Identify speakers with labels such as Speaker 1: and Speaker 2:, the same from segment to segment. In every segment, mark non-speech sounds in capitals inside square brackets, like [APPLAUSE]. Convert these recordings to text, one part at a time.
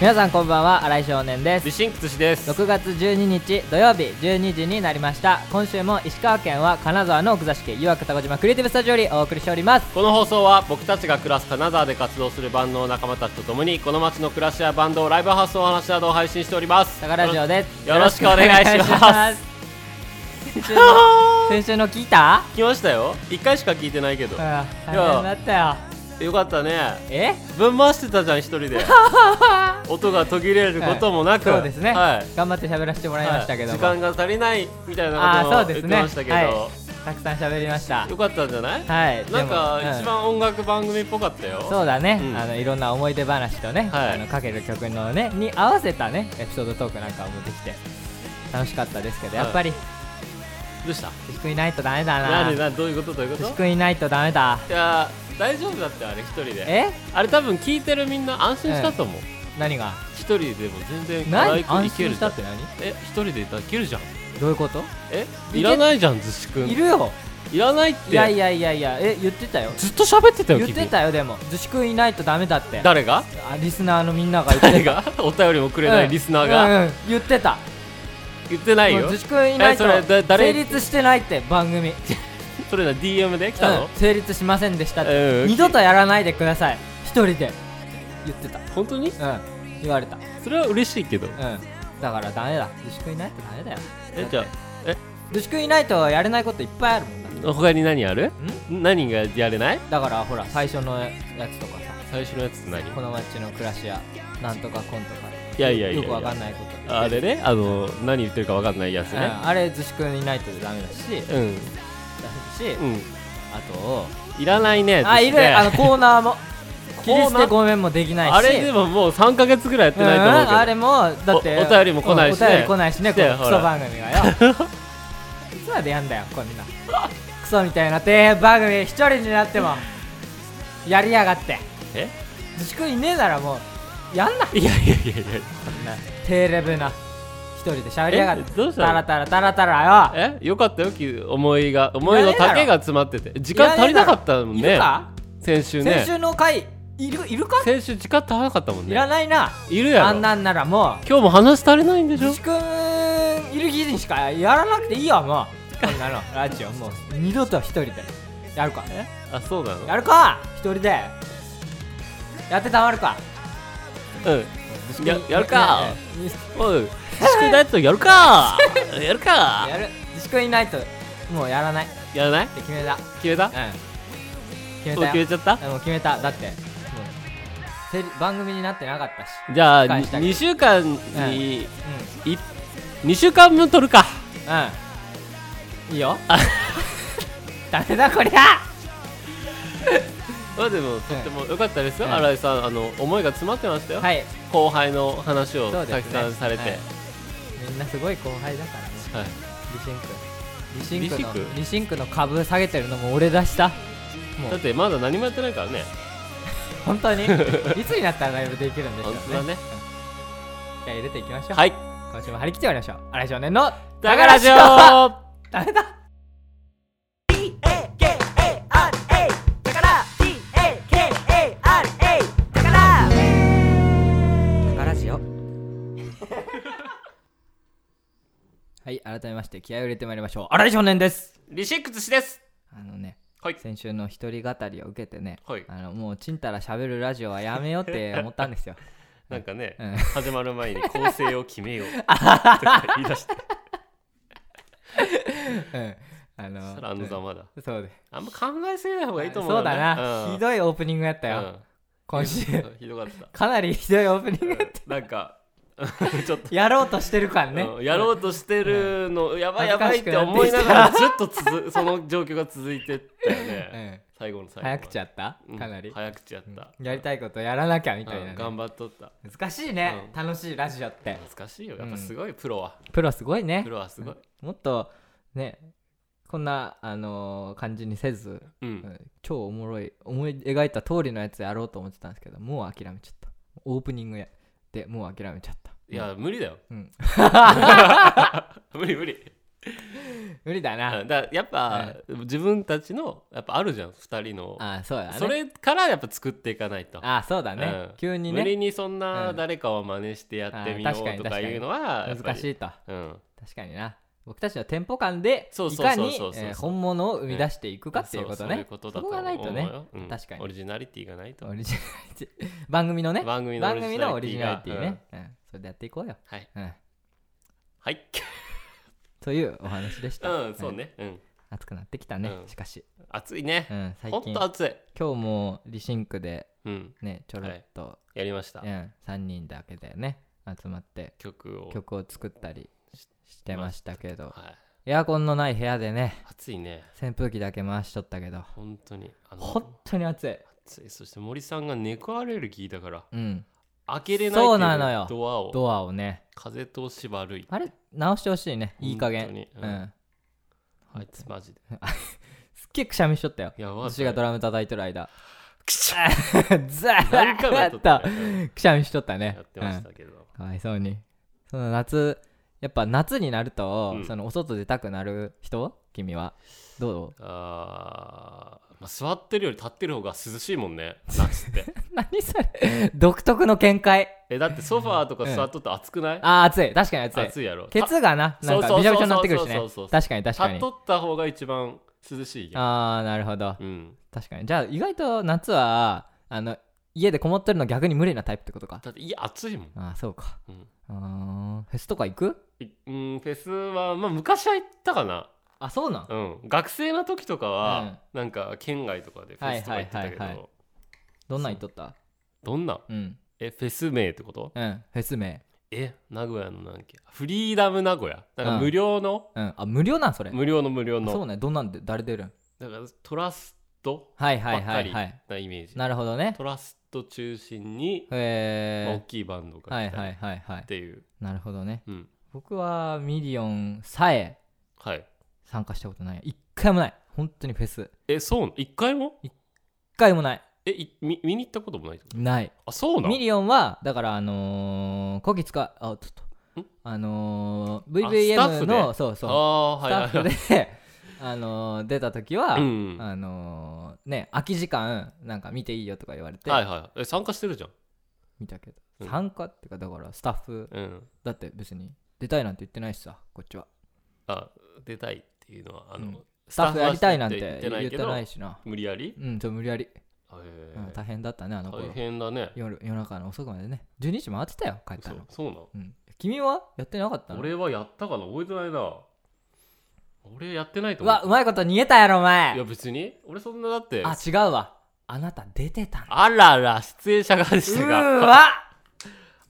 Speaker 1: 皆さんこんばんは新井少年です
Speaker 2: 美神屈氏です
Speaker 1: 6月12日土曜日12時になりました今週も石川県は金沢の奥座敷湯涌田子島クリエイティブスタジオよりお送りしております
Speaker 2: この放送は僕たちが暮らす金沢で活動するバンドの仲間たちとともにこの街の暮らしやバンドライブハウスのお話などを配信しております
Speaker 1: 高ラジオです
Speaker 2: よろしくお願いしま
Speaker 1: よ
Speaker 2: す
Speaker 1: ろくお願いします先週の先週の聞いた
Speaker 2: 来ましたよ1回しか聞いてないけど
Speaker 1: うん大変だったよ
Speaker 2: よかったね
Speaker 1: え
Speaker 2: ぶん回してたじゃん一人
Speaker 1: [LAUGHS]
Speaker 2: で音が途切れることもなく、
Speaker 1: そうですね、
Speaker 2: はい
Speaker 1: 頑張って喋らせてもらいましたけど
Speaker 2: 時
Speaker 1: も、
Speaker 2: 間が足りないみたいな
Speaker 1: あ
Speaker 2: こ
Speaker 1: あーそ
Speaker 2: とを
Speaker 1: うです
Speaker 2: 言って
Speaker 1: ね
Speaker 2: ましたけど、
Speaker 1: はい、たくさん喋りました
Speaker 2: よかったんじゃない、
Speaker 1: はいでも
Speaker 2: なんか
Speaker 1: うん
Speaker 2: 一番音楽番組っぽかったよ、
Speaker 1: そうだね、
Speaker 2: うん
Speaker 1: あのいろんな思い出話とね、
Speaker 2: はい
Speaker 1: あのかける曲のねに合わせたねエピソードトークなんかを持ってきて楽しかったですけど、
Speaker 2: はい
Speaker 1: やっぱり
Speaker 2: どうした
Speaker 1: 牛くんいないとダメだ
Speaker 2: 何
Speaker 1: な
Speaker 2: 何どういうことどういうこ
Speaker 1: 牛
Speaker 2: と
Speaker 1: くんいないとダメだ
Speaker 2: いやー大丈夫だってあれ一人で
Speaker 1: え
Speaker 2: あれ多分聞いてるみんな安心したと思う
Speaker 1: 何が
Speaker 2: 一人でも全然可愛
Speaker 1: 何
Speaker 2: く
Speaker 1: 安
Speaker 2: いけ
Speaker 1: 心
Speaker 2: る
Speaker 1: し
Speaker 2: じ
Speaker 1: た
Speaker 2: ゃ
Speaker 1: っ
Speaker 2: ん
Speaker 1: て何
Speaker 2: え一人でいけるじゃん
Speaker 1: どういうこと
Speaker 2: え
Speaker 1: け
Speaker 2: いらないじゃんずしくん
Speaker 1: いるよ
Speaker 2: いらないって
Speaker 1: いやいやいやいやえ言ってたよ
Speaker 2: ずっと喋ってたよ
Speaker 1: 言っ
Speaker 2: 君
Speaker 1: てたよでも牛くんいないとダメだって
Speaker 2: 誰が
Speaker 1: あリスナーのみんなが言ってた
Speaker 2: 誰がお便りもくれないリスナーが、
Speaker 1: うんうん言ってた
Speaker 2: 言ってない
Speaker 1: もう
Speaker 2: よ
Speaker 1: 自粛いないと
Speaker 2: えそれだ誰
Speaker 1: 成立してないって番組
Speaker 2: それな DM で来たの、
Speaker 1: うん成立しませんでしたっ
Speaker 2: うん
Speaker 1: て二度とやらないでください一人で言ってた
Speaker 2: 本当に
Speaker 1: うん言われたうん
Speaker 2: それは嬉しいけど
Speaker 1: だからダメだ自粛いないとダメだよ
Speaker 2: えじゃあえ
Speaker 1: 自粛いないとやれないこといっぱいあるもんだ
Speaker 2: 他に何ある何がやれない
Speaker 1: だからほら最初のやつとかさ
Speaker 2: 最初のやつって何
Speaker 1: この街の暮らしやなんとかコンとか
Speaker 2: いやいやいやいや
Speaker 1: よくわかんないこと
Speaker 2: あれねあの何言ってるか分かんないやつ
Speaker 1: うん
Speaker 2: ね
Speaker 1: あれ自粛いないとダメだし
Speaker 2: うん
Speaker 1: だし
Speaker 2: うん
Speaker 1: あと
Speaker 2: いらないね
Speaker 1: あい
Speaker 2: ずしね
Speaker 1: るあのコーナーも
Speaker 2: [LAUGHS] コ
Speaker 1: 切
Speaker 2: ーナー
Speaker 1: り捨てごめんもできないし
Speaker 2: あれでももう3か月ぐらいやってないと思うけど、
Speaker 1: んあれもだって
Speaker 2: おお便りも来ないしね
Speaker 1: うんお便り来ないしねこ
Speaker 2: ね
Speaker 1: のク
Speaker 2: ほ
Speaker 1: ソ
Speaker 2: ら
Speaker 1: 番組がよいつまでやんだよこんなクソみたいな定番組一人になってもやりやがって
Speaker 2: え
Speaker 1: 自粛いねえならもうやんない
Speaker 2: やいやいやい
Speaker 1: こんな低レベルな一人で喋りやがって
Speaker 2: えどうしたの
Speaker 1: タラタラタラタラよ
Speaker 2: やえよかったよき思いが思いの丈が詰まってて時間足りなかったもん
Speaker 1: いる
Speaker 2: ね
Speaker 1: か、
Speaker 2: 先週
Speaker 1: 先
Speaker 2: ね
Speaker 1: 週の回いるいるか
Speaker 2: 先週時間足らなかったもん
Speaker 1: いら
Speaker 2: ね
Speaker 1: ないない
Speaker 2: るやろ
Speaker 1: あんなんならもう
Speaker 2: 今日も話足りないんでしょ
Speaker 1: 自粛いる日にしかやらなくていいよもうこん
Speaker 2: [LAUGHS]
Speaker 1: なのラジオもう二度と一人でやるか
Speaker 2: あそうなの
Speaker 1: やるか一人でやってたまるか
Speaker 2: うんややるか
Speaker 1: ねね
Speaker 2: おい宿題とや
Speaker 1: [LAUGHS]
Speaker 2: るかやるか
Speaker 1: やる自粛いないともうやらないって
Speaker 2: やらない
Speaker 1: 決めたうん
Speaker 2: 決めた
Speaker 1: 決め
Speaker 2: そう
Speaker 1: た
Speaker 2: 決
Speaker 1: よ
Speaker 2: めちゃった
Speaker 1: うんもう決めただってもうテレ番組になってなかったし
Speaker 2: じゃあ
Speaker 1: 返したけど
Speaker 2: 2週間に
Speaker 1: う
Speaker 2: 2週間分取るか
Speaker 1: んうんい
Speaker 2: [LAUGHS]
Speaker 1: いよダメだこりゃ
Speaker 2: まあでもとっても良かったですよ
Speaker 1: うん
Speaker 2: 新井さんあの思いが詰まってましたよ
Speaker 1: はい
Speaker 2: 後輩の話を
Speaker 1: そうです
Speaker 2: た
Speaker 1: ね
Speaker 2: くさんされて
Speaker 1: はいみんなすごい後輩だからね
Speaker 2: はい
Speaker 1: リシンクリシンクの
Speaker 2: リ
Speaker 1: リシ
Speaker 2: シンク
Speaker 1: ンクの株下げてるのも俺だしたも
Speaker 2: だっ
Speaker 1: う
Speaker 2: てまだ何もやってないからね
Speaker 1: 本当にいつになったらライブできるんでしょうね
Speaker 2: 本当だね
Speaker 1: じゃあ入れていきましょう、
Speaker 2: はい
Speaker 1: 今週も張り切ってまいりましょう荒井少年の
Speaker 2: だからじ
Speaker 1: だからしょ
Speaker 2: ゃあ
Speaker 1: ダメだ
Speaker 3: T-A-K-A-R-A だから T-A-K-A-R-A だから
Speaker 1: 宝ラジオ [LAUGHS] はい改めまして気合を入れてまいりましょう荒井少年です
Speaker 2: リシックス氏です
Speaker 1: あのね
Speaker 2: はい
Speaker 1: 先週の一人語りを受けてね、
Speaker 2: はい
Speaker 1: あのもうちんたらしゃべるラジオはやめようって思ったん
Speaker 2: [LAUGHS]
Speaker 1: ですよ
Speaker 2: なんかね
Speaker 1: うん
Speaker 2: 始まる前に構成を決めようとか言い出して
Speaker 1: うんあの
Speaker 2: そしたらあのざまだ
Speaker 1: うんそうです
Speaker 2: あんま考えすぎない方がいいと思う
Speaker 1: そうだな、ひ
Speaker 2: い
Speaker 1: どいオープニングやったよ、今週
Speaker 2: ひどかった
Speaker 1: かなりひどいオープニングやった
Speaker 2: うんなんか [LAUGHS] ちょっと
Speaker 1: [LAUGHS] やろうとしてる感ね、
Speaker 2: うんやろうとしてるの、やばいやばいって
Speaker 1: 恥ず
Speaker 2: 思
Speaker 1: か
Speaker 2: い
Speaker 1: しくな
Speaker 2: な
Speaker 1: ってきた
Speaker 2: がら [LAUGHS] ずっと続その状況が続いてったよね、
Speaker 1: うん
Speaker 2: 最後の最後
Speaker 1: 早口
Speaker 2: ゃ
Speaker 1: やったかなり、
Speaker 2: 早口やった、
Speaker 1: やりたいことやらなきゃみたいなね、
Speaker 2: うん頑張っとった
Speaker 1: 難しいね、
Speaker 2: うん
Speaker 1: 楽しいラジオって
Speaker 2: 難しいよやっぱすごい、プロは
Speaker 1: プロすごいね
Speaker 2: プロはすごい
Speaker 1: もっとねこんな、あのー感じにせず、
Speaker 2: うん、
Speaker 1: うん超おもろい思い描いた通りのやつやろうと思ってたんですけどもう諦めちゃったオープニングやでもう諦めちゃった
Speaker 2: [LAUGHS] いや無理だよ、
Speaker 1: うん
Speaker 2: 無理無理
Speaker 1: 無理だな、
Speaker 2: うんだからやっぱ、自分たちのやっぱあるじゃん2人の
Speaker 1: あそうだね
Speaker 2: それからやっぱ作っていかないと。
Speaker 1: あそうだね、
Speaker 2: うん
Speaker 1: 急に
Speaker 2: 無理
Speaker 1: ね
Speaker 2: にそん
Speaker 1: う
Speaker 2: なん誰かを真似してやってみよ
Speaker 1: あ確か
Speaker 2: う
Speaker 1: に
Speaker 2: とかいうのはやっぱり
Speaker 1: 難しいと
Speaker 2: うん
Speaker 1: 確かにな僕たちのテンポ感で
Speaker 2: そう
Speaker 1: い
Speaker 2: そうそう
Speaker 1: か
Speaker 2: そう
Speaker 1: に
Speaker 2: そうそう
Speaker 1: えー本物を生み出していくかっていうこと
Speaker 2: そうそうい
Speaker 1: ね
Speaker 2: うことだと
Speaker 1: こが
Speaker 2: 思う
Speaker 1: ないとね
Speaker 2: ようん
Speaker 1: 確かに
Speaker 2: オリジナリティがないと
Speaker 1: オリジナリティ [LAUGHS] 番組のね
Speaker 2: 番組の
Speaker 1: 番
Speaker 2: オリ
Speaker 1: 組
Speaker 2: ジナリティが
Speaker 1: のオリジナリティね、うんそれでやっていこうよ、
Speaker 2: はい
Speaker 1: うん、
Speaker 2: はい [LAUGHS]
Speaker 1: というお話でした、
Speaker 2: うんそう
Speaker 1: はい
Speaker 2: ねうん
Speaker 1: 暑くなってきたね、
Speaker 2: うん
Speaker 1: しかし、
Speaker 2: 暑いね
Speaker 1: うん、最
Speaker 2: ほん
Speaker 1: 近
Speaker 2: と暑い
Speaker 1: 今日もリシンクで
Speaker 2: うん
Speaker 1: ねちょろっと、
Speaker 2: やりました
Speaker 1: うん、3人だけでね集まって
Speaker 2: 曲を
Speaker 1: 曲を作ったりししてましたけど
Speaker 2: はい
Speaker 1: エアコンのない部屋でね
Speaker 2: 暑いね
Speaker 1: 扇風機だけ回しとったけど
Speaker 2: 本当にあの
Speaker 1: 本当に暑い
Speaker 2: 暑いそして森さんが猫アレルギーだから
Speaker 1: うん
Speaker 2: 開けれない
Speaker 1: そう
Speaker 2: ってい
Speaker 1: なのよ
Speaker 2: ドアを
Speaker 1: ドアをね
Speaker 2: 風通し悪い
Speaker 1: あれ直してほしいねいい加減
Speaker 2: 本当に
Speaker 1: う
Speaker 2: うん
Speaker 1: ん
Speaker 2: あいつマジです
Speaker 1: っげえくしゃみしとったよ
Speaker 2: やばい
Speaker 1: 私がドラム叩いてる
Speaker 2: [LAUGHS]
Speaker 1: 間
Speaker 2: くし
Speaker 1: ゃザ
Speaker 2: 何回も
Speaker 1: ー
Speaker 2: やっ
Speaker 1: [LAUGHS]
Speaker 2: と
Speaker 1: ッ
Speaker 2: った
Speaker 1: と
Speaker 2: ねうん
Speaker 1: くしゃみしとったね
Speaker 2: やってましたけど
Speaker 1: かわいそうにその夏やっぱ夏になると、
Speaker 2: うん
Speaker 1: そのお外出たくなる人君は
Speaker 2: [LAUGHS]
Speaker 1: ど
Speaker 2: あーまあ座ってるより立ってる方が涼しいもんね夏って
Speaker 1: [LAUGHS] う何それ独特の見解
Speaker 2: えだってソファーとか座っとったら暑くない、
Speaker 1: あー暑い確かに暑い
Speaker 2: 暑いやろ
Speaker 1: ケツがななん
Speaker 2: そ
Speaker 1: か
Speaker 2: うそうそうそう
Speaker 1: びしょびしょになってくるしね
Speaker 2: そうそうそう
Speaker 1: 確かに確
Speaker 2: 立
Speaker 1: か
Speaker 2: っ
Speaker 1: に
Speaker 2: とった方が一番涼しいやん
Speaker 1: ああなるほど
Speaker 2: うん
Speaker 1: 確かにじゃあ意外と夏はあの家でこもってるの逆に無理なタイプってことか
Speaker 2: だっていや暑いもん、
Speaker 1: ああそうか
Speaker 2: うん
Speaker 1: あーフェスとか行く
Speaker 2: いうん、フェスはまあ昔は行ったかな
Speaker 1: あそうなん
Speaker 2: うん学生の時とかは、なんか県外とかでフェスとか行ってたけど、
Speaker 1: はいはいはいはどんなん行っとった
Speaker 2: どんな
Speaker 1: うん
Speaker 2: えフェス名ってこと
Speaker 1: うんフェス名
Speaker 2: え名古屋のなんけフリーダム名古屋なん
Speaker 1: うん
Speaker 2: か無料の、
Speaker 1: うんあ無料なんそれ
Speaker 2: 無料の無料
Speaker 1: あそ
Speaker 2: の
Speaker 1: うねどんなんで誰出るん
Speaker 2: だからトラスト
Speaker 1: はいは
Speaker 2: ば
Speaker 1: い
Speaker 2: っ
Speaker 1: は
Speaker 2: か
Speaker 1: い
Speaker 2: り
Speaker 1: はい
Speaker 2: なイメージ、
Speaker 1: なるほどね
Speaker 2: トラスト中心に、まあ大
Speaker 1: へ
Speaker 2: きいバンドが
Speaker 1: えはいは
Speaker 2: 来たり
Speaker 1: い
Speaker 2: っ
Speaker 1: はいはい
Speaker 2: ていう、
Speaker 1: なるほどね
Speaker 2: うん
Speaker 1: 僕はミリオンさえ
Speaker 2: はい
Speaker 1: 参加したことない一回もない本当にフェス一
Speaker 2: えそう一回も
Speaker 1: 回もない
Speaker 2: えい見見に行ったこともないってこと
Speaker 1: ない
Speaker 2: あそうなの
Speaker 1: ミリオンはだからあのー、こき使うあちょっと
Speaker 2: ん
Speaker 1: あのー、
Speaker 2: あスタッ
Speaker 1: VVM
Speaker 2: フで
Speaker 1: のそうそう
Speaker 2: あ
Speaker 1: ス
Speaker 2: あーはい
Speaker 1: タッ
Speaker 2: はいはい
Speaker 1: フであのー、出た時は、
Speaker 2: うんは
Speaker 1: あのー、ね空き時間なんか見ていいよとか言われて、
Speaker 2: いはいえ参加してるじゃん
Speaker 1: 見たけど、
Speaker 2: うん
Speaker 1: 参加っていうかだからスタッフ
Speaker 2: うん
Speaker 1: だって別に出たいなんて言ってないしさこっちは
Speaker 2: あ出たいっていうのはあの、
Speaker 1: うんスタッフやりたいなんて言って
Speaker 2: な
Speaker 1: ないい
Speaker 2: けど
Speaker 1: しな
Speaker 2: 無理やり、
Speaker 1: うんそう無理やり、
Speaker 2: へ
Speaker 1: うん
Speaker 2: ー
Speaker 1: 大変だったねあの頃
Speaker 2: 大変だね
Speaker 1: 夜夜中の遅くまでね12時回ってたよ帰った
Speaker 2: そう
Speaker 1: の、
Speaker 2: そうなの
Speaker 1: うん、君はやってなかったの
Speaker 2: 俺はやったかな覚えてないな俺やってないと
Speaker 1: う
Speaker 2: 思う
Speaker 1: わうまいこと逃げたやろお前
Speaker 2: いや別に俺そんなだって
Speaker 1: あ
Speaker 2: あ
Speaker 1: 違うわあなた出てたの
Speaker 2: らら出演者側で
Speaker 1: う
Speaker 2: した
Speaker 1: ー
Speaker 2: が
Speaker 1: わ